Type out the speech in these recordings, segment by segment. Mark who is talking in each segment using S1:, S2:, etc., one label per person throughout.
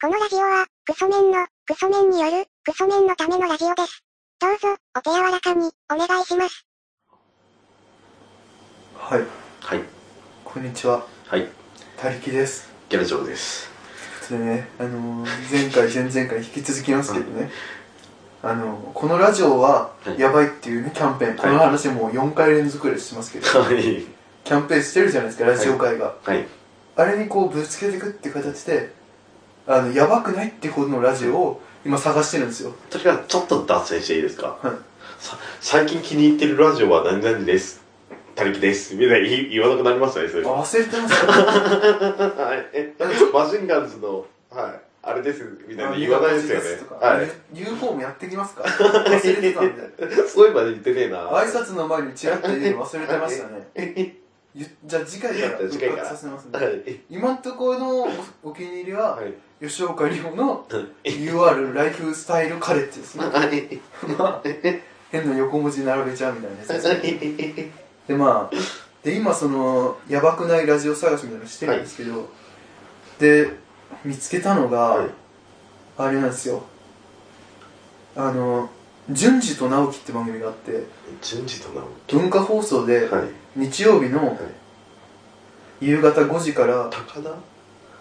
S1: このラジオは、クソメンの、クソメンによる、クソメンのためのラジオです。どうぞ、お手柔らかに、お願いします。
S2: はい、
S3: はい、
S2: こんにちは。
S3: はい、
S2: たりきです。
S3: ギャルジョーです。
S2: でね、あのー前回、前々回引き続きますけどね、あのーこのラジオは
S3: はい
S2: やばいっていうね、キャンペーン、この話もう4回連続ぐらいしてますけど、
S3: はい、
S2: キャンペーンしてるじゃないですか、ラジオ界が。
S3: はい、
S2: あれにこうぶつけていくって形で、あの、やばくないってことのラジオを今探してるんですよ。
S3: それからちょっと脱線していいですか
S2: はい。
S3: さ最近気に入ってるラジオは何々です。たりきです。みたいな言い言わなくなりましたね、それ。
S2: あ忘れてましたね。
S3: はいえマシンガンズの、はい、あれです、み たいな言わないですよね
S2: と。か
S3: はい。
S2: UFO もやってきますか忘れてたんで。
S3: そういえば言ってねえな。
S2: 挨拶の前にチラッと言うの忘れてましたね。ゆじゃあ次回から
S3: じゃあ次回から
S2: させますね。
S3: は
S2: 今んところのおお気に入りは、
S3: い。
S2: 吉岡里帆の
S3: はい。
S2: UR ライフスタイルカレッジですね。
S3: はい。
S2: まあ、変な横文字並べちゃうみたいなやつですねでまあで今そのやばくないラジオ探しみたいなのしてるんですけど、で見つけたのが、
S3: はい
S2: あれなんですよあの「順次と直樹」って番組があって
S3: 順次と直
S2: 文化放送で
S3: 樹。はい。
S2: 日曜日の夕方5時から、
S3: 高田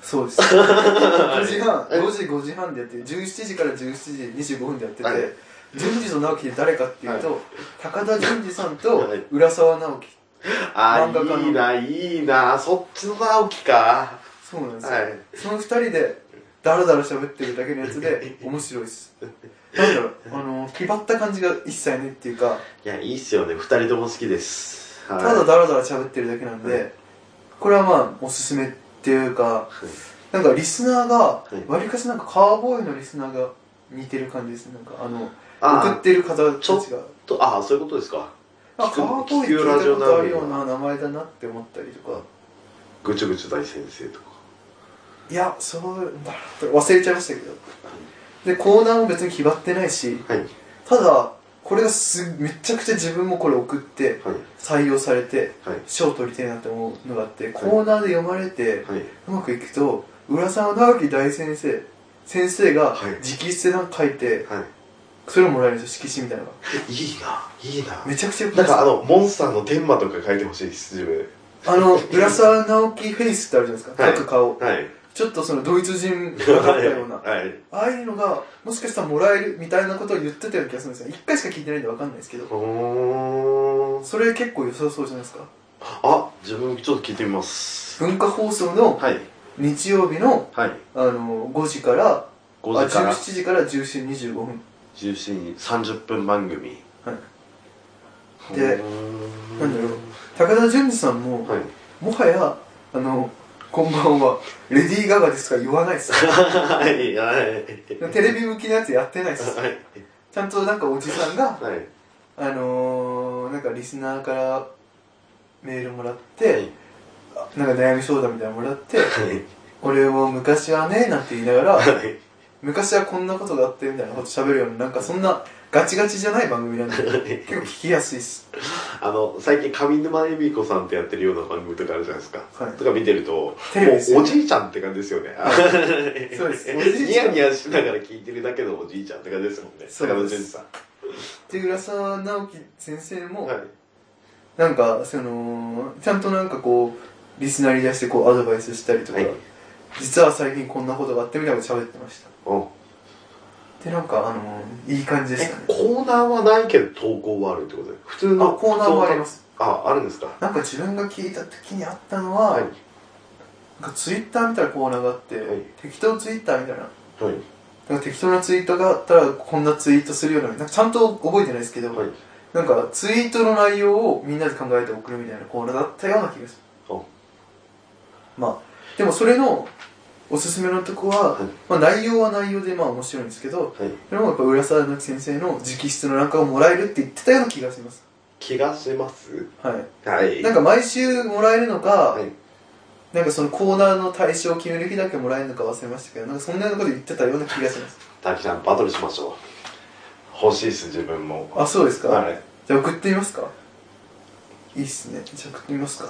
S2: そうです 5時半
S3: はい
S2: 5時5時半でやって17時から17時25分でやってて、
S3: はい
S2: 順次と直樹って誰かっていうと、
S3: は
S2: 高田順次さんと
S3: はい
S2: 浦沢直樹
S3: あ
S2: 漫画家
S3: ー、いいな、いいな。そっちの直樹か。
S2: そうなんですよ、
S3: はい。
S2: その二人でダラダラ喋ってるだけのやつで面白いっすなんだろうあの気張った感じが一切ねっていうか
S3: いや、いいっすよね。二人とも好きです。は
S2: た
S3: い
S2: だダラダラ喋ってるだけなんで、
S3: はい
S2: これはまあおすすめっていうかなんかリスナーが
S3: い
S2: わりかしなんかカーボーイのリスナーが似てる感じですなんかあの送っ
S3: あ
S2: てる方たち
S3: ちょ
S2: が
S3: と、ああ、そういうことですか。
S2: あ
S3: 聞く
S2: カーボーイ聞いたことあるような名前だなって思ったりとか
S3: ぐちゅぐちゅ大先生とか。
S2: いやそうだ忘れちゃいましたけどでコーナーも別に決まってないし
S3: はい。はい。
S2: ただこれがすめちゃくちゃ自分もこれ送って採用されて
S3: はい。
S2: 賞取りたいなって思うのがあってコーナーで読まれて
S3: はい。
S2: うまくいくと浦沢直樹大先生先生が
S3: はい
S2: 直筆でなんか書いて
S3: は
S2: それをもらえるんですよ色紙みたいなのが
S3: い。いいな、いいな。
S2: めちゃくちゃ良く
S3: なん
S2: ないです
S3: かあの、モンスターの天魔とか書いてほしいです、自分。
S2: あの浦沢直樹フェイスってあるじゃないですか
S3: はい
S2: 各顔
S3: はい。
S2: ちょっとそのドイツ人がかったような
S3: はい。
S2: ああいうのがもしかしたらもらえるみたいなことを言ってたような気がするんですよ一回しか聞いてないんでわかんないですけど
S3: ほーん。
S2: それ結構良さそうじゃないですか
S3: あ、自分ちょっと聞いてみます。
S2: 文化放送の
S3: はい。
S2: 日曜日の、
S3: はい。
S2: あの5時から
S3: 5時か
S2: あ
S3: ら
S2: 17時から17時25分
S3: 17時30分番組。
S2: はいで
S3: ほー
S2: なんだろう高田純次さんも、
S3: はい。
S2: もはやあの「こんばんはレディー・ガガです」とか言わないっ す
S3: はい。はい。
S2: テレビ向きのやつやってないっす
S3: はい。
S2: ちゃんとなんかおじさんが
S3: はい。
S2: あのー、なんかリスナーからメールもらっ
S3: は
S2: て
S3: い、
S2: なんか悩み相談みたいなのもらって
S3: はい。
S2: 「俺も昔はね」なんて言いながら
S3: はい。
S2: 昔はこんなことがあってみたいなこと喋るようななんかそんなガチガチじゃない番組なんで結構聞きやすいっす
S3: あの、最近上沼恵美子さんってやってるような番組とかあるじゃないですか。
S2: はい
S3: とか見てると、
S2: テレビですよ
S3: もうおじいちゃんって感じです よね。
S2: そうですおじい
S3: ニ
S2: ちゃん
S3: ヤニヤしながら聞いてるだけのおじいちゃんって感じですもんね。
S2: そう
S3: 高田
S2: で
S3: 純次
S2: す
S3: さん。
S2: で浦沢直樹先生も、
S3: はい。
S2: なんかそのちゃんとなんかこうリスナーに出してこうアドバイスしたりとか、
S3: はい。
S2: 実は最近こんなことがあってみたいなこと喋ってました
S3: お
S2: でなんかあのー、いい感じでし
S3: え
S2: たね、
S3: コーナーはないけど投稿はあるってことで普通
S2: あ
S3: の。。
S2: コーナーもありますす
S3: あ、あるんですか
S2: なんか自分が聞いた時にあったのは、
S3: はい。
S2: なんかツイッターみたいなコーナーがあって、
S3: はい
S2: 適当ツイッターみたいな
S3: はい。
S2: なんか適当なツイートがあったらこんなツイートするようななんかちゃんと覚えてないですけど、
S3: はい。
S2: なんかツイートの内容をみんなで考えて送るみたいなコーナーだったような気がする
S3: お
S2: まあでもそれのおすすめのとこは、
S3: はい
S2: まあ、内容は内容でまあ面白いんですけど
S3: はい。
S2: それもやっぱ浦沢直樹先生の直筆のなんかをもらえるって言ってたような気がします
S3: 気がします
S2: は
S3: はい。
S2: いなんか毎週もらえるのか、
S3: はい。
S2: なんかそのコーナーの対象を決める日だけもらえるのか忘れましたけどなんかそんなようなこと言ってたような気がします
S3: 滝さん、バトルしましょう。欲しいっす、自分も。
S2: あそうですか、
S3: はい。
S2: じゃあ送ってみますかいいっすねじゃあ送ってみますか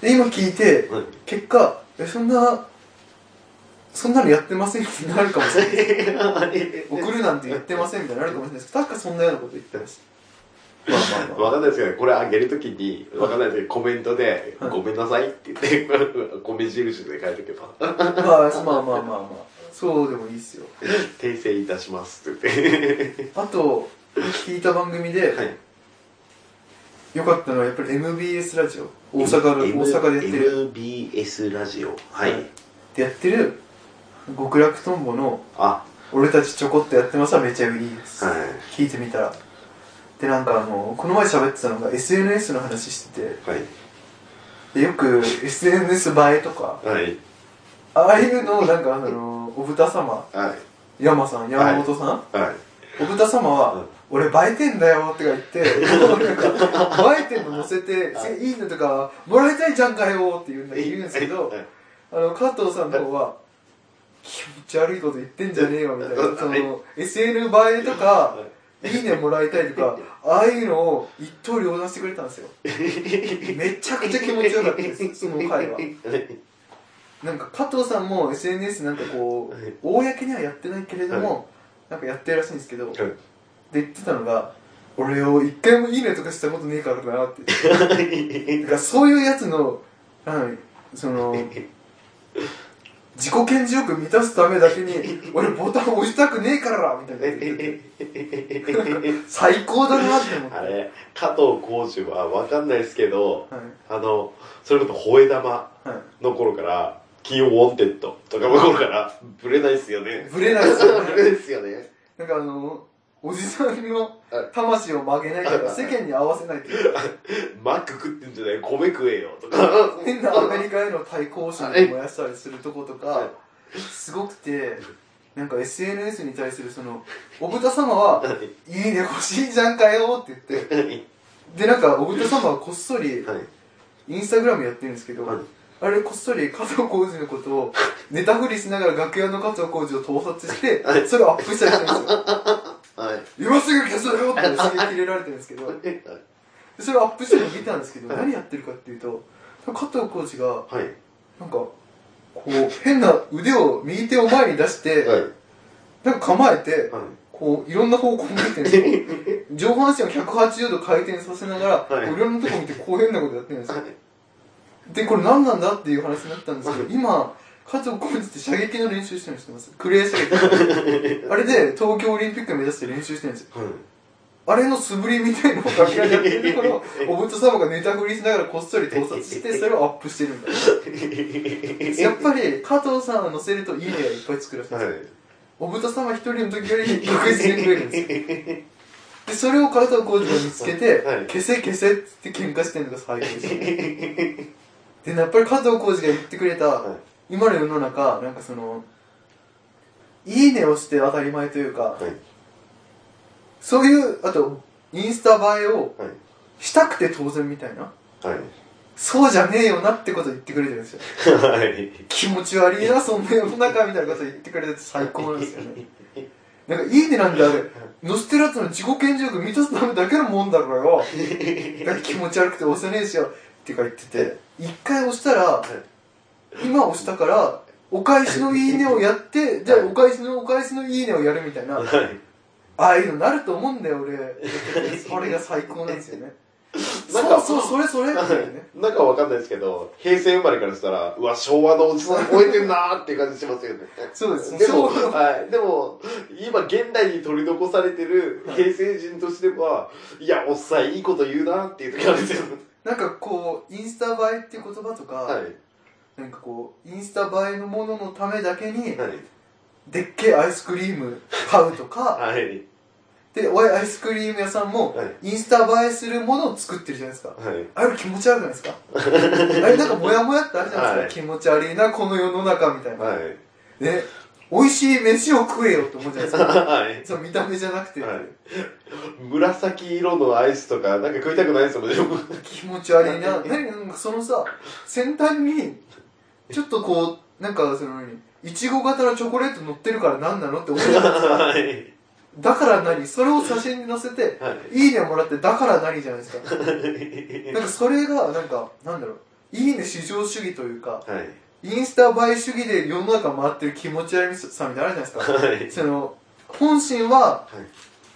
S2: で今聞いて
S3: はい
S2: 結果えそんなそんなのやってませんってなるかもしれない送
S3: 送
S2: るなんて言ってませんみたいになるかもしれないですけど確かそんなようなこと言ってましたまあまあま
S3: わかんないですけど、これあげるときに、わかんないですけど、コメントで、
S2: はい
S3: ごめんなさいって言って、 米印で書いとけば、
S2: あまあまあまあまあまあそうでもいいですよ
S3: 訂正いたしますって言って。
S2: あと聞いた番組で
S3: はい。
S2: 良かったのはやっぱり MBS ラジオ大阪の
S3: M-
S2: 大阪でやってる
S3: MBS ラジオ。はい。
S2: でやってる極楽とんぼの
S3: あ、
S2: 俺たちちょこっとやってましためちゃいいです、
S3: はい。
S2: 聞いてみたらでなんかあのこの前喋ってたのが SNS の話してて
S3: はい。
S2: でよく SNS 映えとか
S3: はい。
S2: ああいうのをなんかあのおぶた様
S3: はい。
S2: 山さん山本さん、
S3: はい。
S2: おぶた様は、
S3: うん
S2: 俺映えてんだよとか言って、 なんか映えてんの載せて、
S3: はい
S2: いいのとか、もらいたいじゃんかよって言うんだ言うんですけど
S3: は、い
S2: あの、加藤さんの方は、気持ち悪いこと言ってんじゃねえよみたいな、そ
S3: はい
S2: の、SN 映えとか、いいねもらいたいとか、ああいうのを一刀両断してくれたんです よ。めちゃくちゃ気持ちよかったです、その回は。なんか加藤さんも SNS なんかこ、
S3: はいう
S2: 公にはやってないけれども、なんかやってるらしいんですけど、
S3: はい
S2: で言ってたのが俺を一回もいいねとかしたことねえからなってだからそういうやつのなんその自己顕示欲満たすためだけに俺ボタン押したくねえからみたいなこと言ってて最高だなって思って
S3: あれ、加藤浩次はわかんないですけど、
S2: は
S3: あの、それこそ吠え玉
S2: いは
S3: の頃から、金曜ウォンテッドとかの頃から、ブレないっすよ
S2: い
S3: ね。
S2: ブレないです よ
S3: ブ
S2: ね
S3: レですよね。
S2: なんかあのおじさんの魂を曲げないとか世間に合わせないというか
S3: マック食ってんじゃない米食えよとか。
S2: 変なアメリカへの対抗心を燃やしたりするとこと
S3: はい
S2: かすごくてなんか SNS に対するそのおぶた様は「いいね欲しいじゃんかよ」って言って
S3: はい。
S2: でなんかおぶた様はこっそり
S3: はい。
S2: インスタグラムやってるんですけど、
S3: はい
S2: あれこっそり加藤浩次のことをネタフリしながら楽屋の加藤浩次を盗撮して
S3: はい
S2: それをアップしたりしてるん ですよ
S3: はい。
S2: 今すぐ消せろよってすげえキレられてるんですけどそれをアップしてるの見たんですけど何やってるかっていうと加藤浩次が
S3: はい。
S2: なんかこう変な腕を右手を前に出して、
S3: はい。
S2: なんか構えて、
S3: は
S2: こういろんな方向見てるん ですよ上半身を180度回転させながら、
S3: はい
S2: こういろんなとこ見てこう変なことやってるんですよ
S3: い。
S2: でこれ何なんだっていう話になったんですけど今加藤浩次って射撃の練習してるの知ってますクレー射 撃あれで東京オリンピック目指して練習してるんですよ
S3: はい。
S2: あれの素振りみたいなのを楽屋でやってるところをおぶと様がネタ振りしながらこっそり盗撮してそれをアップしてるんだやっぱり加藤さんを乗せるといいねがいっぱいつくらしいんですよ、
S3: はい。
S2: おぶた様一人の時より確実に増えるんですよでそれを加藤浩次が見つけて、
S3: はい
S2: 消せ消せっつって喧嘩してるのが最高ですねでやっぱり加藤浩次が言ってくれた、
S3: は
S2: 今の世の中なんかその「いいね」をして当たり前というか、
S3: い。
S2: そういうあとインスタ映えを
S3: はい。
S2: したくて当然みたいな
S3: はい。
S2: そうじゃねえよなってこと言ってくれてるんですよ
S3: はい。
S2: 気持ち悪いなそんな世の中みたいなこと言ってくれてて最高なんですよ ねなんかいいねなんだあれノステラスの自己顕示欲満たすためだけのもんだろよだから気持ち悪くて押せねえしよってか言ってて一回押したら今押したからお返しのいいねをやってじゃあお返しのお返しのいいねをやるみたいなあ
S3: はい。
S2: あいうのなると思うんだよ俺それが最高なんですよね
S3: なんか
S2: そうそうそれそれっていうね
S3: なんかわかんないですけど、平成生まれからしたら、うわ、昭和のおじさん超えてんなーっていう感じしますよね。
S2: そうです
S3: でも、
S2: そう
S3: はい。でも、今現代に取り残されてる平成人としては、いや、おっさんいいこと言うなっていう感じですよね。
S2: なんかこうインスタ映えっていう言葉とか、
S3: はい。
S2: なんかこうインスタ映えのもののためだけに
S3: はい。
S2: でっけえアイスクリーム買うとか
S3: はい。
S2: でおいアイスクリーム屋さんも
S3: はい
S2: インスタ映えするものを作ってるじゃないですか
S3: はい。
S2: あれ気持ち悪くないです かあれなんかモヤモヤってあるじゃない
S3: は
S2: で
S3: い
S2: すか、気持ち悪いなこの世の中みたいな、
S3: はい。
S2: ね美味しい飯を食えよって思うじゃないですか
S3: はい。
S2: その見た目じゃなくて、
S3: はい。紫色のアイスとか、なんか食いたくないですもんね。
S2: 気持ち悪いな何なんかそのさ先端にちょっとこうなんかそのいちご型のチョコレート乗ってるから何なのって思うじゃないですか
S3: はい。
S2: だから何それを写真に載せて
S3: はい
S2: 「いいね」もらって「だから何」じゃないですかなんかそれがなんかなんだろう「いいね」至上主義というか
S3: はい。
S2: インスタ映え主義で世の中回ってる気持ち悪さみたいなのあるじゃない
S3: は
S2: で
S3: い
S2: すか。その、本心は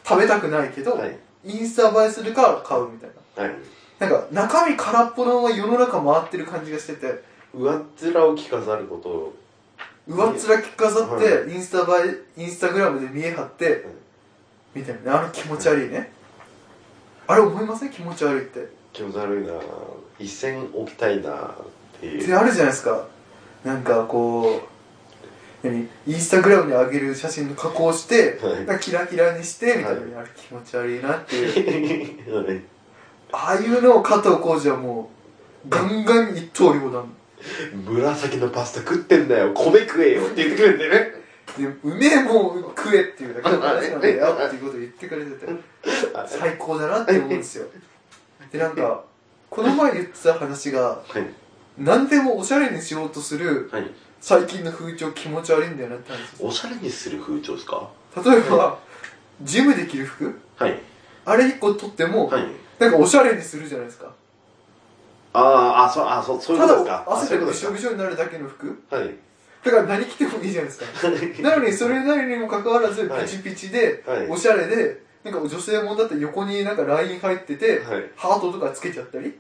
S2: 食べたくないけど、
S3: はい
S2: インスタ映えするから買うみたい
S3: はい
S2: な。なんか、中身空っぽのまま世の中回ってる感じがしてて、
S3: 上っ面を着飾ることを
S2: 上っ面着飾って、
S3: は
S2: インスタ映え、インスタグラムで見え張って、みたいな。あの気持ち悪いね。あれ思いません気持ち悪いって。
S3: 気持ち悪いな一線置きたいなってい
S2: で
S3: う
S2: あるじゃないですかなんかこう何インスタグラムに上げる写真の加工して、
S3: はい
S2: なんかキラキラにしてみたいな、
S3: はい
S2: あれ気持ち悪いなっていう
S3: はい
S2: ああいうのを加藤浩次はもうガンガン一刀両断
S3: 紫のパスタ食ってんだよ米食えよって言ってくれてね
S2: でうめえもん食えっていうだけの話なんだよっていうことを言ってくれて て最高だなって思うんですよでなんかこの前言ってた話が
S3: はい
S2: 何でもおしゃれにしようとする
S3: はい
S2: 最近の風潮気持ち悪いんだよなって話です
S3: おしゃれにする風潮ですか
S2: 例えば、ジムで着る服
S3: はい
S2: あれ一個取っても、
S3: はい
S2: なんかおしゃれにするじゃないですか。
S3: あああそうあそうそういうことですか
S2: ただ、汗
S3: そうい
S2: で
S3: う
S2: び
S3: ことで
S2: し
S3: す
S2: ょ
S3: か
S2: びしょになるだけの服
S3: はい
S2: だから何着てもいいじゃないですか。なのに、それなりにもかかわらず、
S3: はい
S2: ピチピチで、
S3: はい
S2: おしゃれで、なんか女性もんだって横になんかライン入ってて、
S3: はい
S2: ハートとかつけちゃったり、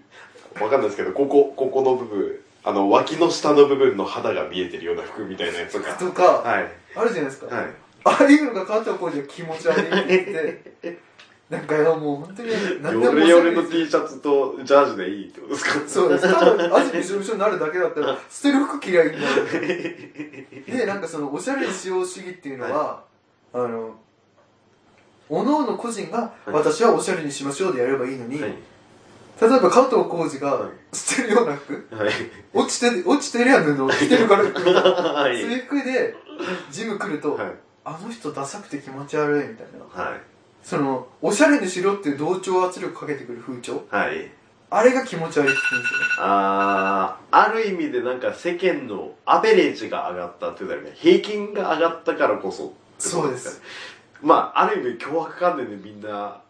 S3: わかんないですけどここここの部分あの脇の下の部分の肌が見えてるような服みたいなやつとか
S2: とか、
S3: はい
S2: あるじゃないですか。
S3: はい
S2: ああいうのが加藤浩次は気持ち悪いって言ってて、なんかもう本当に何でもおしゃれ
S3: ヨ
S2: に
S3: レ
S2: す
S3: ヨ
S2: る
S3: レの T シャツとジャージでいいってことですか
S2: そうです。ただ、汗びしょびしょになるだけだったら、捨てる服嫌いになる。で、なんかその、おしゃれにしよう主義っていうのは、あの、おのおの個人が、
S3: い
S2: 私はおしゃれにしましょうでやればいいのに、
S3: はい
S2: 例えば加藤浩次が
S3: はい
S2: 捨てるような服、
S3: はい
S2: 落ちて、落ちてりゃ布を着てるから服みたいな、
S3: は
S2: そう
S3: い
S2: いう服で、ジム来ると、
S3: はい
S2: あの人ダサくて気持ち悪いみたいな。
S3: はい
S2: その、おしゃれにしろっていう同調圧力かけてくる風潮、
S3: はい
S2: あれが気持ち悪いって言うんですよね。
S3: あーある意味でなんか世間のアベレージが上がったっていうのはね平均が上がったからこそ
S2: そうです
S3: まあある意味脅迫観念でみんな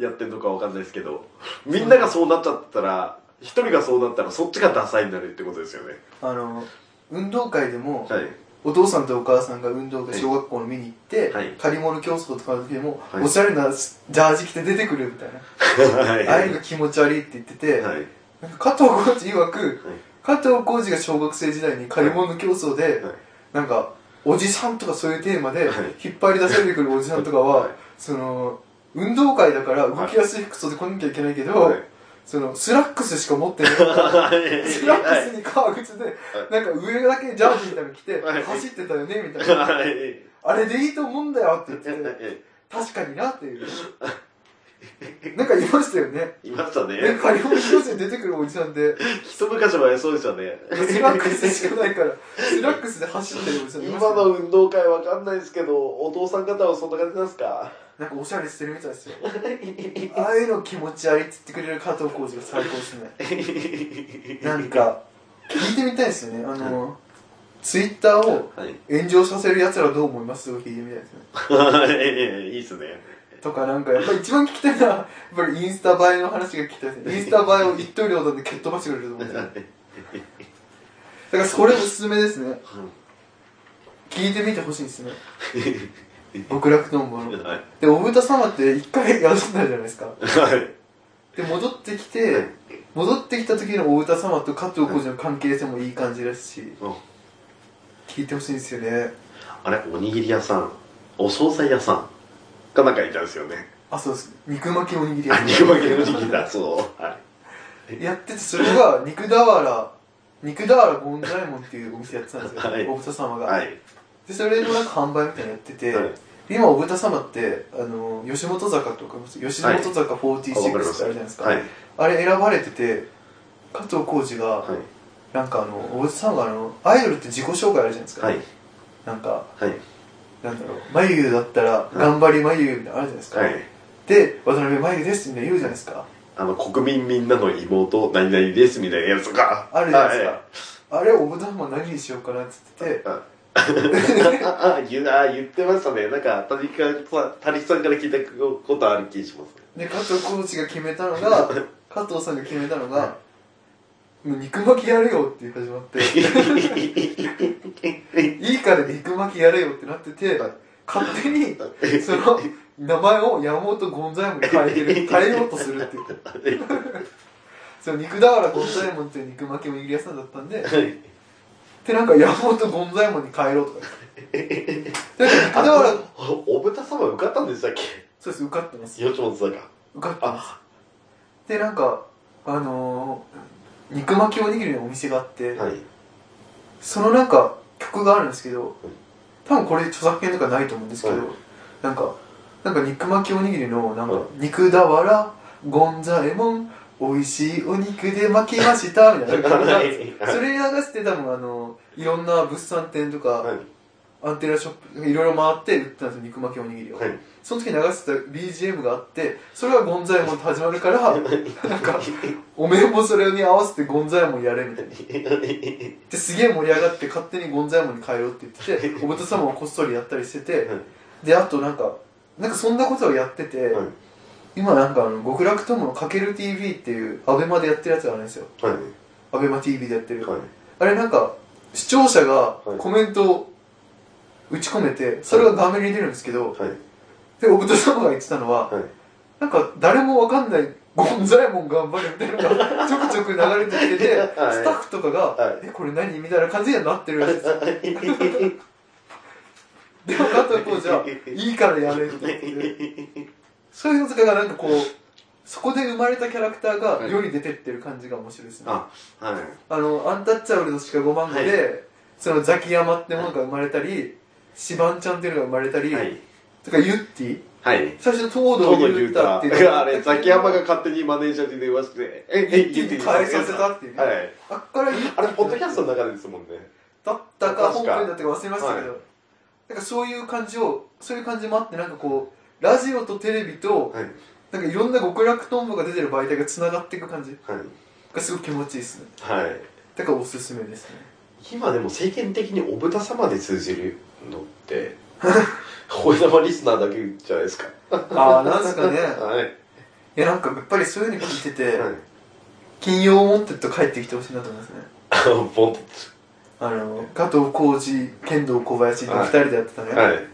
S3: やってるのかわかんないですけどみんながそうなっちゃったら一人がそうなったらそっちがダサいになるってことですよね
S2: あの、運動会でも、
S3: はい
S2: お父さんとお母さんが運動
S3: は
S2: 会
S3: い
S2: 小学校の見に行って、
S3: はい
S2: 借り物競争とかの時でも、
S3: はい
S2: おしゃれなジャージ着て出てくるみたいな、
S3: はい
S2: ああいうの気持ち悪いって言ってて、
S3: はい
S2: 加藤浩次曰く加藤浩次が小学生時代に借り物競争で、
S3: はい
S2: なんかおじさんとかそういうテーマで
S3: はい
S2: 引っ張り出されてくるおじさんとかは、
S3: はい
S2: その運動会だから動きやすい服装で来なきゃいけないけど、
S3: はい
S2: そのスラックスしか持ってないからスラックスに革靴で、なんか上だけジャージみたいなの着て、
S3: はい
S2: 走ってたよねみたいな。
S3: はい
S2: あれでいいと思うんだよって言ってて、確かになっていう。なんか言いましたよね。
S3: いました
S2: え、
S3: ね
S2: カリフォルニア州に出てくるおじさんで、
S3: 一昔前そうでしたね
S2: スラックスしかないから、スラックスで走ってるおじさんいました
S3: 今
S2: よ
S3: の運動会わかんないですけどお父さん方はそんな感じなんですか
S2: なんかおしゃれしてるみたいですよ。 ああいうの気持ち悪いって言ってくれる加藤浩次が最高ですね。 なんか、聞いてみたいですよね。あの、ツイッターを
S3: はい
S2: 炎上させる奴らどう思いますとか聞いてみたいですね。
S3: はいいいっすね。
S2: とかなんかやっぱ一番聞きたいのはやっぱりインスタ映えの話が聞きたいですねインスタ映えを一刀両断で蹴っ飛ばしてくれると思うんですよだからそれおすすめですね聞いてみてほしいですね極楽とんぼの
S3: はい。
S2: でお豚様って一回休んだじゃないですか
S3: はい。
S2: で戻ってきて戻ってきた時のお豚様と加藤浩次の関係性もいい感じですし聞いてほしいんですよね
S3: あれ、おにぎり屋さん、お惣菜屋さんがなんかいたんですよね。
S2: あそうです肉巻きおにぎり
S3: あ、肉巻きの時期だ、そう。はい。
S2: やっててそれが肉だわら肉だわらゴンザイモンっていうお店やってたんですよ、
S3: はい
S2: お豚様が、
S3: はい。
S2: でそれのなんか販売みたいなのやってて、
S3: はい
S2: 今お豚様ってあの吉本坂とか吉本坂46って
S3: あ
S2: あ
S3: わか
S2: る
S3: りま
S2: じ
S3: す。
S2: ゃ
S3: は
S2: ない
S3: い。
S2: ですか、
S3: はい。
S2: あれ選ばれてて加藤浩次が、なんかあのお豚様があのアイドルって自己紹介あるじゃないですか、
S3: はい。
S2: なんか
S3: はい。
S2: なんだろう眉毛だったら頑張り眉毛みたいなのあるじゃないですか、
S3: はい。
S2: で渡辺眉毛ですみたいな言うじゃないですか
S3: あの、国民みんなの妹、何々です、みたいなやつとか。
S2: あるじゃないですか、あれお豚様何にしようかなって言ってて
S3: か。あ、あ、言ってましたね。なんか、たりさんから聞いたことある気します
S2: で加藤コーチが決めたのが加藤さんが決めたのがもう肉巻きやるよって始まって、 いいから肉巻きやれよってなってて、
S3: はい
S2: 勝手に、その、名前を山本ゴンザイモンに変えてる、変えようとするっていう。その肉だからゴンザイモンっていう肉巻きも握り屋さんだったんで、で、なんか山本ゴンザイモンに変えろとか 言って。で、肉だから、
S3: おぶた様受かったんでしたっけ
S2: そうです、受かってます。
S3: 吉本さんが
S2: 受かってます。
S3: あ
S2: で、なんか、あのー肉巻きおにぎりのお店があって、
S3: はい
S2: そのなんか曲があるんですけど多分これ著作権とかないと思うんですけど、
S3: はい
S2: なんかなんか肉巻きおにぎりのなんか、
S3: はい
S2: 肉だわらゴンザエモン美味しいお肉で巻きましたみたいな曲があるんですよ
S3: はい
S2: それ流して多分あのいろんな物産展とか、
S3: はい
S2: アンテナショップいろいろ回って売ってたんですよ肉巻きおにぎりを、
S3: はい
S2: その時に流してた BGM があってそれがゴンザエモンと始まるからなんかおめえもそれに合わせてゴンザエモンやれみたいなですげえ盛り上がって勝手にゴンザイモンに変えろって言ってておぶた様をこっそりやったりしててであとなんかなんかそんなことをやってて、
S3: はい
S2: 今なんかあの極楽友のかける TV っていうアベマでやってるやつがあるんですよ
S3: はい
S2: アベマ TV でやってる、
S3: はい
S2: あれなんか視聴者が
S3: はい
S2: コメントを打ち込めてそれが画面に出るんですけど、
S3: はい
S2: でおぶた様が言ってたのは、
S3: はい
S2: なんか誰もわかんない ゴンザイモン頑張れみたいなのが ちょくちょく流れてきてて、
S3: はい
S2: スタッフとかが、
S3: は
S2: えこれ何みたいな感じにはなってるらしいですでも加藤浩次は 「いいからやれ」って言ってそういうのがなんかこうそこで生まれたキャラクターが世に出てってる感じが面白いですね、
S3: あはい
S2: あのアンタッチャブルのシカゴ漫画で、
S3: は
S2: そのザキヤマってものが生まれたりシバンちゃんっていうのが生まれたり、
S3: はい
S2: とかユッティ
S3: はい
S2: 最初東
S3: どう
S2: 堂
S3: の
S2: 裕
S3: 言う
S2: 太
S3: た
S2: っていうのが
S3: あれザキヤマが勝手にマネージャーに電話して「え
S2: ユッティに変えさせたっていうね、
S3: はい
S2: あっからユッテ
S3: あれ
S2: ィ
S3: ポッドキャストの中でですもんね
S2: だったか
S3: 確か
S2: 本編だったか忘れましたけど、
S3: は
S2: なんかそういう感じをそういう感じもあってなんかこうラジオとテレビと
S3: はい
S2: なんかいろんな極楽トンボが出てる媒体がつながっていく感じ
S3: はい
S2: がすごく気持ちいいですね
S3: はい
S2: だからおすすめですね
S3: 今でも世間的にお豚様で通じるのって 吠え玉リスナーだけじゃないですか
S2: ああなんすかね
S3: はい
S2: いやなんかやっぱりそういうの聞いてて、
S3: はい
S2: 金曜モンテッド帰ってきてほしいなと思いますね
S3: あのポン
S2: あの加藤浩次剣道小林の二人でやってたね、
S3: とはい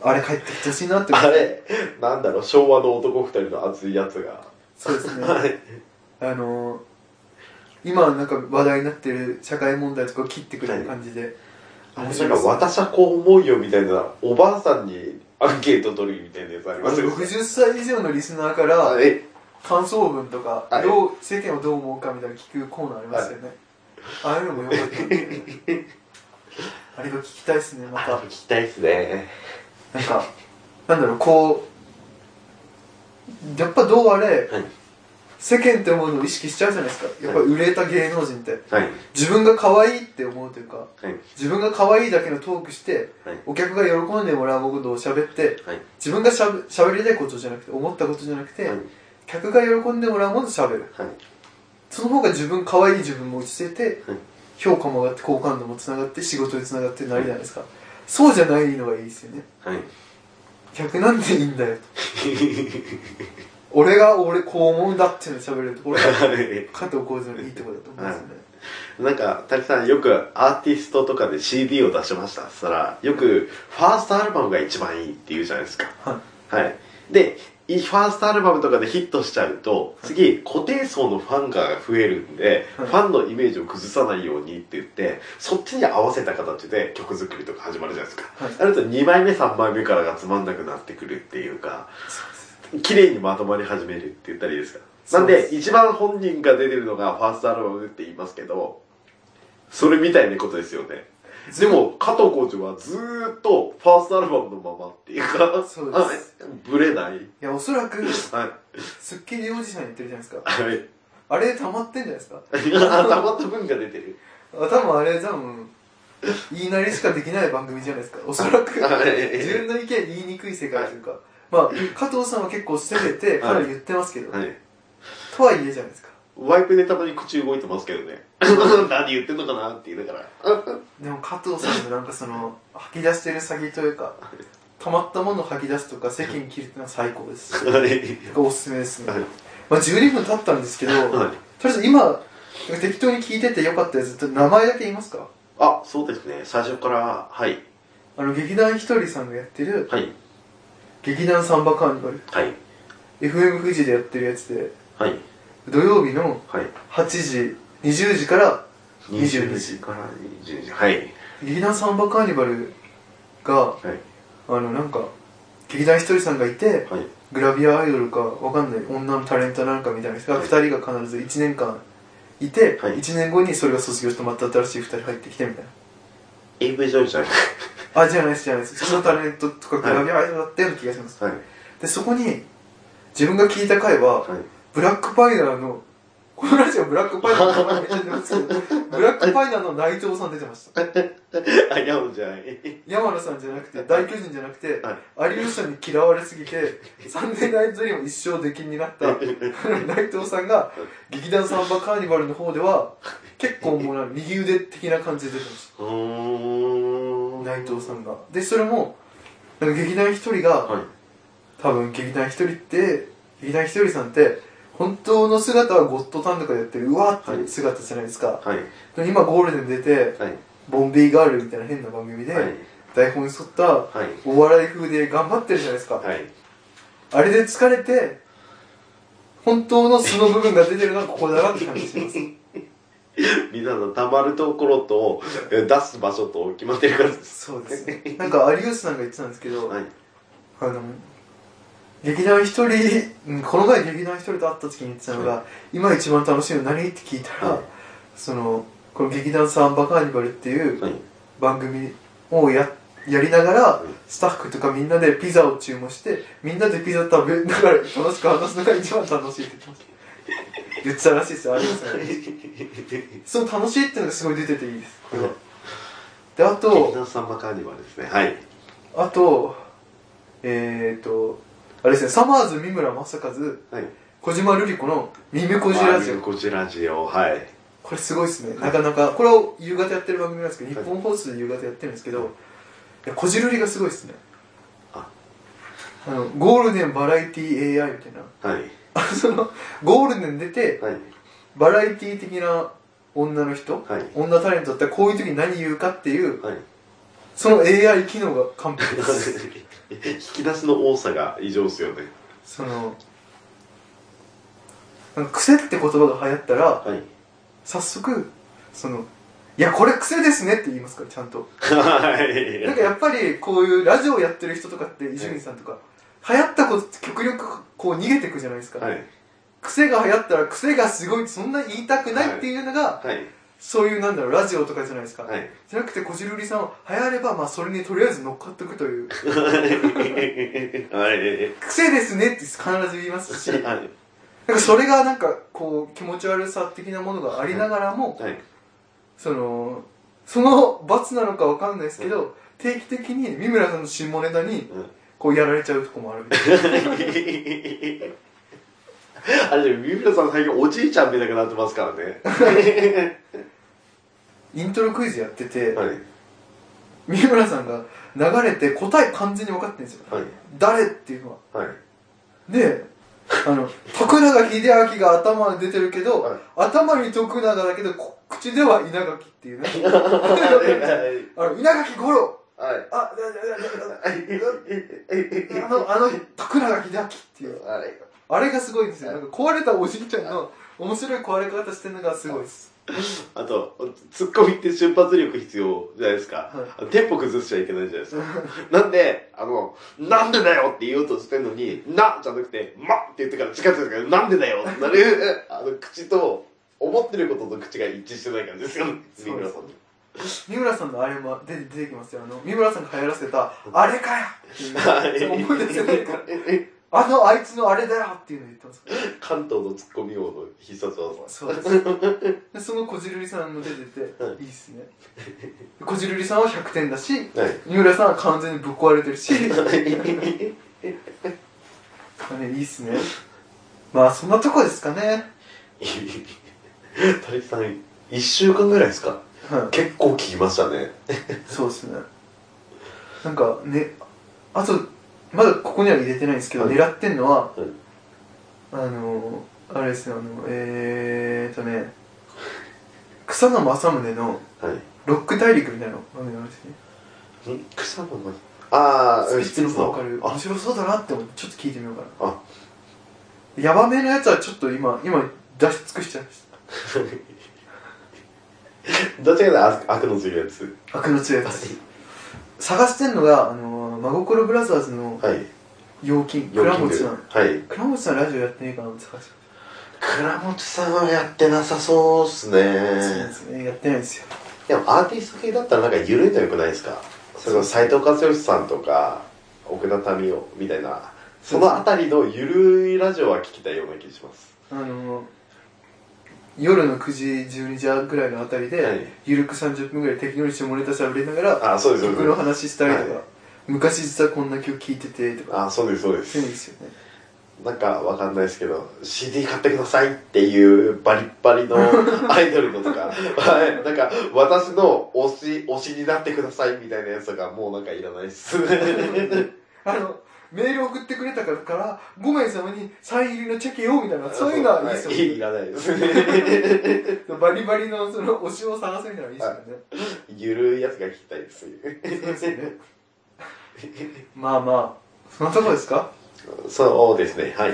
S2: あれ帰ってきてほしいなって思
S3: あ
S2: う
S3: れなんだろう昭和の男二人の熱いやつが
S2: そうですね
S3: はい
S2: あの今なんか話題になってる社会問題とかを切ってくれる感じで、
S3: あ
S2: 面
S3: れな
S2: 白
S3: ん
S2: い
S3: か
S2: です
S3: 私はこう思うよみたいなおばあさんにアンケート取るみたいなやつありますよね
S2: 60歳以上のリスナーから、
S3: はい
S2: 感想文とか、
S3: はい
S2: どう世間をどう思うかみたいな聞くコーナーありますよね、ああいうのもよ かったんであれが聞きたいですねまた
S3: 聞きたいですね
S2: なんかなんだろうこうやっぱどうあれ
S3: はい
S2: 世間って思うのを意識しちゃうじゃないですかやっぱ売れた芸能人って
S3: はい
S2: 自分が可愛いって思うというか
S3: はい
S2: 自分が可愛いだけのトークして
S3: はい
S2: お客が喜んでもらうことを喋って
S3: はい
S2: 自分がしゃべ喋りたいことじゃなくて思ったことじゃなくて、
S3: はい
S2: 客が喜んでもらうもの喋る
S3: はい
S2: その方が自分可愛い自分も落ち着いて、
S3: はい
S2: 評価も上がって好感度もつながって仕事につながってなるじゃないですか、そうじゃないのがいいですよね
S3: はい
S2: 客なんていいんだ よと俺が俺こう思うんだっていうのを喋れるところが 加藤浩次のいいところだと思うんですよね、
S3: なんか、たくさんよくアーティストとかで CD を出しました。そしたら、よくファーストアルバムが一番いいって言うじゃないですか。。
S2: はい
S3: で、いファーストアルバムとかでヒットしちゃうと、次、固定層のファンが増えるんで、
S2: はい
S3: ファンのイメージを崩さないようにって言って、そっちに合わせた形で曲作りとか始まるじゃないですか。
S2: はい
S3: あると2枚目、3枚目からがつまんなくなってくるっていうか、綺麗にまとまり始めるって言ったらいいですかなん
S2: そう
S3: で
S2: です
S3: 一番本人が出てるのがファーストアルバムって言いますけどそれみたいなことですよねでも加藤コーチはずーっとファーストアルバムのままっていうか
S2: そうです
S3: あぶれない
S2: いやおそらく
S3: はい
S2: スッキリおじさん言ってるじゃないですか
S3: はい
S2: あれ溜まってんじゃないですか
S3: たまった分が出てる
S2: あ多分あれ多分言いなりしかできない番組じゃないですかおそらく
S3: はい
S2: 自分の意見言いにくい世界というか、まあ加藤さんは結構攻めてかなり言ってますけど、
S3: はい
S2: とはいえじゃないですか
S3: ワイプでたまに口動いてますけどね 何言ってんのかなって言いながら
S2: でも加藤さんのなんかその吐き出してる先というか溜まったものを吐き出すとか世間に切るっていうのは最高です
S3: はい
S2: おすすめですね、
S3: はい
S2: まあ12分経ったんですけど、
S3: はい
S2: とりあえず今適当に聞いててよかったやつって名前だけ言いますか
S3: あ、そうですね。最初から、はい。
S2: あの劇団ひとりさんがやってる
S3: はい。
S2: 劇団サンバカーニバル
S3: はい。
S2: FM 富士でやってるやつで
S3: はい。
S2: 土曜日の
S3: はい。
S2: 8時20時から22
S3: 22
S2: 時
S3: 時から20時。はい。
S2: 劇団サンバカーニバルが
S3: はい。
S2: あのなんか劇団ひとりさんがいて
S3: はい。
S2: グラビアアイドルかわかんない女のタレントなんかみたいな人が
S3: はい
S2: 2人が必ず1年間いて、
S3: はい
S2: 1年後にそれが卒業してまた新しい2人入ってきてみたいな
S3: AV 女優じゃなく
S2: あじゃないですじゃないです普通のタレントとかグ
S3: はい
S2: ラビアアイドルだったような気がします、
S3: はい。
S2: でそこに自分が聞いた回は、
S3: はい。
S2: ブラックパイナーのこのラジオブラックパイナーの名前めっちゃ出てますけ どブラックパイナーの内藤さん出てました
S3: あ、やむじゃない。
S2: 山野さんじゃなくて大巨人じゃなくて、有吉さんに嫌われすぎて三年ライトリーも一生出禁になった内藤さんが劇団サンバカーニバルの方では結構もうなんか右腕的な感じで出てまし
S3: うー
S2: た
S3: ん。
S2: 内藤さんがでそれもなんか劇団一人が、
S3: はい。
S2: 多分劇団一人って劇団一人さんって本当の姿はゴッドタンとかでやってるうわーって姿じゃないですか、
S3: はい。
S2: でも今ゴールデン出て
S3: はい。
S2: ボンビーガールみたいな変な番組で、
S3: はい。
S2: 台本に沿った
S3: はい。
S2: お笑い風で頑張ってるじゃないですか、
S3: はい。
S2: あれで疲れて本当の素の部分が出てるのがここだなって感じします
S3: みんなの溜まるところと、え出す場所と決まってるからです。
S2: そうですねなんか有吉さんが言ってたんですけど、
S3: はい。
S2: あの劇団一人うんこの前劇団一人と会った時に言ってたのが、
S3: は
S2: 今一番楽しいの何って聞いたら、
S3: はい
S2: そのこの劇団サンバカーニバルっていう
S3: はい。
S2: 番組をややりながら
S3: い
S2: スタッフとかみんなでピザを注文してみんなでピザ食べながら楽しく話すのが一番楽しいって言ってました言ってたらしいですよ有吉さんがその楽しいっていうのがすごい出てていいですこれはであ
S3: 劇
S2: と
S3: 団サンバカーニバルですね。はい。
S2: あとえっ、ー、とあれですねサマーズ三村正和
S3: はい。
S2: 小島瑠璃子の「ミムコジラジオ」
S3: こじラジオ。はい。
S2: これすごいですねなかなかこれを夕方やってる番組なんですけど日本放送で夕方やってるんですけどいやこじるりがすごいですね
S3: あ
S2: あのゴールデンバラエティ AI みたいな
S3: はい。
S2: あのそのゴールデン出て
S3: はい。
S2: バラエティ的な女の人、
S3: はい
S2: 女タレントだったらこういう時に何言うかっていう
S3: はい。
S2: その AI 機能が完 璧です
S3: 引き出しの多さが異常ですよね。
S2: そのなんか癖って言葉が流行ったら
S3: はい。
S2: 早速その「いやこれ癖ですね」って言いますからちゃんと
S3: はい。
S2: なんかやっぱりこういうラジオやってる人とかって伊集院さんとか、流行ったことって極力こう逃げていくじゃないですか、
S3: はい。
S2: 癖が流行ったら癖がすごいそんな言いたくないっていうのが、
S3: はい。
S2: そういうなんだろうラジオとかじゃないですか、
S3: はい。
S2: じゃなくてこじるりさんは流行ればまあそれにとりあえず乗っかっとくという
S3: はい。
S2: 癖ですねって必ず言いますしなんか
S3: はい。
S2: それがなんかこう気持ち悪さ的なものがありながらも、
S3: はい。
S2: そのその罰なのかわかんないですけど、定期的に三村さんの下ネタに
S3: うん
S2: こうやられちゃうとこもあるみたいな
S3: あれでも三村さん最近おじいちゃんみたいになってますからね
S2: イントロクイズやってて、
S3: はい
S2: 三村さんが流れて答え完全に分かってるんですよ、
S3: はい
S2: 誰っていうのは
S3: はい
S2: であの徳永英明が頭に出てるけど、
S3: はい
S2: 頭に徳永だけどこ口では稲垣っていうねあの稲垣五郎
S3: はい
S2: あ
S3: はい
S2: あのあの徳永英明っていうあれがすごいんですよなんか壊れたおじいちゃんの面白い壊れ方してるのがすごいです
S3: あとツッコミって瞬発力必要じゃないですか、
S2: は
S3: テンポ崩しちゃいけないじゃないですかなんであの「なんでだよ!」って言おうとしてんのに「な」じゃなくて「ま」って言ってから近づいてから「なんでだよ!」って なるあの口と思ってることと口が一致してない感じですよね
S2: そうです
S3: 三村さ
S2: 三村さ
S3: んの
S2: んのあれも出て出てきますよあの三村さんが流行らせた「あれかよ!」っていうそう思い出せない からあのあいつのあれだよっていうの言ってますから
S3: 関東のツッコミ王の必殺技
S2: そうですでそのこじるりさんも出てて、
S3: はい
S2: いいっすねこじるりさんは100点だし
S3: はい
S2: 三浦さんは完全にぶっ壊れてるしあれいいっすねまあそんなとこですかね、
S3: タリさん1週間ぐらいですか
S2: は
S3: 結構聞きました
S2: い、
S3: ね
S2: そうですねなんかねあとまだここには入れてないんですけど、
S3: はい
S2: 狙ってんのは
S3: はい
S2: あのあれですねあのえーっとね草野正宗の
S3: はい
S2: ロック大陸みたいなのあるんですね。
S3: ん草の森ああ
S2: スピッツのボーカル、
S3: あ
S2: 面白そうだなって思って、ちょっと聞いてみようかな。
S3: あ
S2: ヤバめのやつはちょっと今、今出し尽くしちゃいまし
S3: どっちかというと悪悪の強いやつ
S2: た。悪の強いやつ。探してんのが、あのー、真心ブラザーズの
S3: はい
S2: 陽金、倉持さん。
S3: はい
S2: 倉持さんラジオやってねえかなって探して
S3: 倉本さんはやってなさそうっすね
S2: そうですね、やってないんですよ。
S3: でもアーティスト系だったらなんか緩いのよくないですかそれこそ斎藤和義さんとか奥田民生みたいなそのあたりの緩いラジオは聞きたいような気がします
S2: あのー、夜の9時、12時ぐらいのあたりで、
S3: はい
S2: ゆるく30分ぐらい適当に下ネタしゃべりながら、
S3: あそうですそう
S2: 曲
S3: で
S2: の
S3: す
S2: 話したりとか、
S3: はい
S2: 昔実はこんな曲聴いててとか、
S3: あそうですそうで
S2: そういうので
S3: す
S2: すよね。
S3: なんかわかんないですけど CD 買ってくださいっていうバリッバリ のアイドルのとかはいなんか私の推し推しになってくださいみたいなやつとかもうなんかいらないっす
S2: あの、メール送ってくれたからから、5名様にサイン入りのチェケをみたいな、 そういうのはいいです
S3: は
S2: よ
S3: い
S2: ね。
S3: らないです ね
S2: バリバリのその推しを探すみたいなのいいです
S3: ゆるいやつが聞きたいです
S2: よね。そうですよね。 まあまあ、そんなとこですか
S3: そうですね、はい。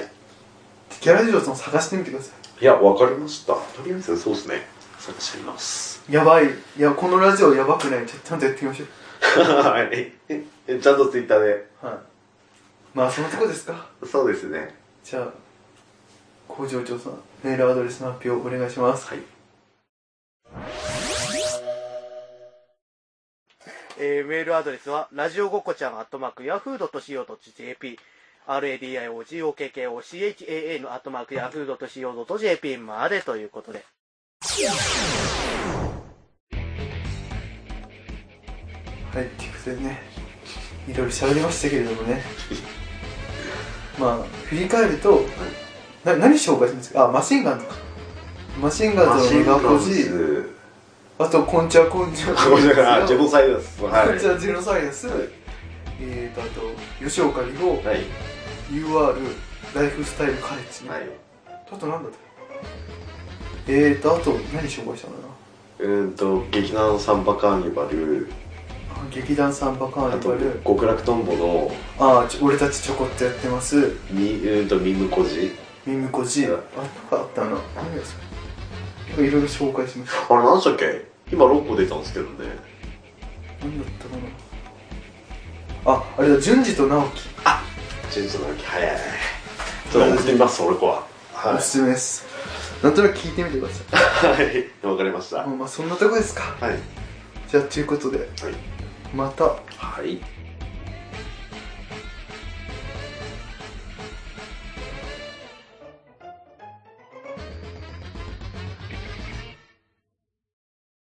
S2: ギャラジオさん探してみてくださ
S3: いや、わかりました。とりあえず、そうですね。探してみます。
S2: い。やばい。いや、このラジオやばくない。ちゃちゃんとやってみましょ
S3: はい。えちゃんとツイッターで。
S2: う。はい。まあ、そんなとこですか
S3: そうですね。
S2: じゃあ、工場長さん、メールアドレスの発表お願いします。
S3: はい。
S4: えーメールアドレスは、ラジオごこちゃん、アットマーク、ヤフー .co.jp、radiogokkocha のアットマーク、ヤフー .co.jp までということ
S2: は
S4: で。
S2: い、ということでね、いろいろ喋りましたけれどもね、まあ、振り返ると、な何紹介するんですかあ、マシンガンとか。マシンガンズのメガポジ、
S3: ズ。
S2: あと、こんちゃこんちゃ。
S3: あ ごめんなさいあジェノサイドです。は
S2: こん
S3: い。
S2: ちゃジェノサイエンス。えーと、あと、吉岡里帆、
S3: はい。
S2: UR、ライフスタイルカレッジ。
S3: はい。
S2: あと、なんだったえーと、あと、何紹介したのかな
S3: うーんと、劇団のサンバカーニバル、
S2: あ劇団サンバカ
S3: あ
S2: ーニ
S3: と
S2: バル、、
S3: 極楽とんぼの、
S2: あちょ俺たちちょこっとやってます。
S3: み、うーんと、ミムコジ。
S2: ミムコジ
S3: うん
S2: あ、なんかあったな。何ですかいろいろ紹介しまし
S3: あれ、なんでしたっけ今6個出たんですけどね。
S2: た。なんだったかな。あ、あれだ、淳二と直樹。
S3: ちょっとなんか早い。ちょっと送ってみます、俺子は。はい
S2: おすすめです。なんとなく聞いてみてくださ
S3: はい。わかりました。
S2: い。まあ、そんなとこですか。
S3: はい。
S2: じゃあ、ということで、
S3: はい。
S2: また。
S3: はい。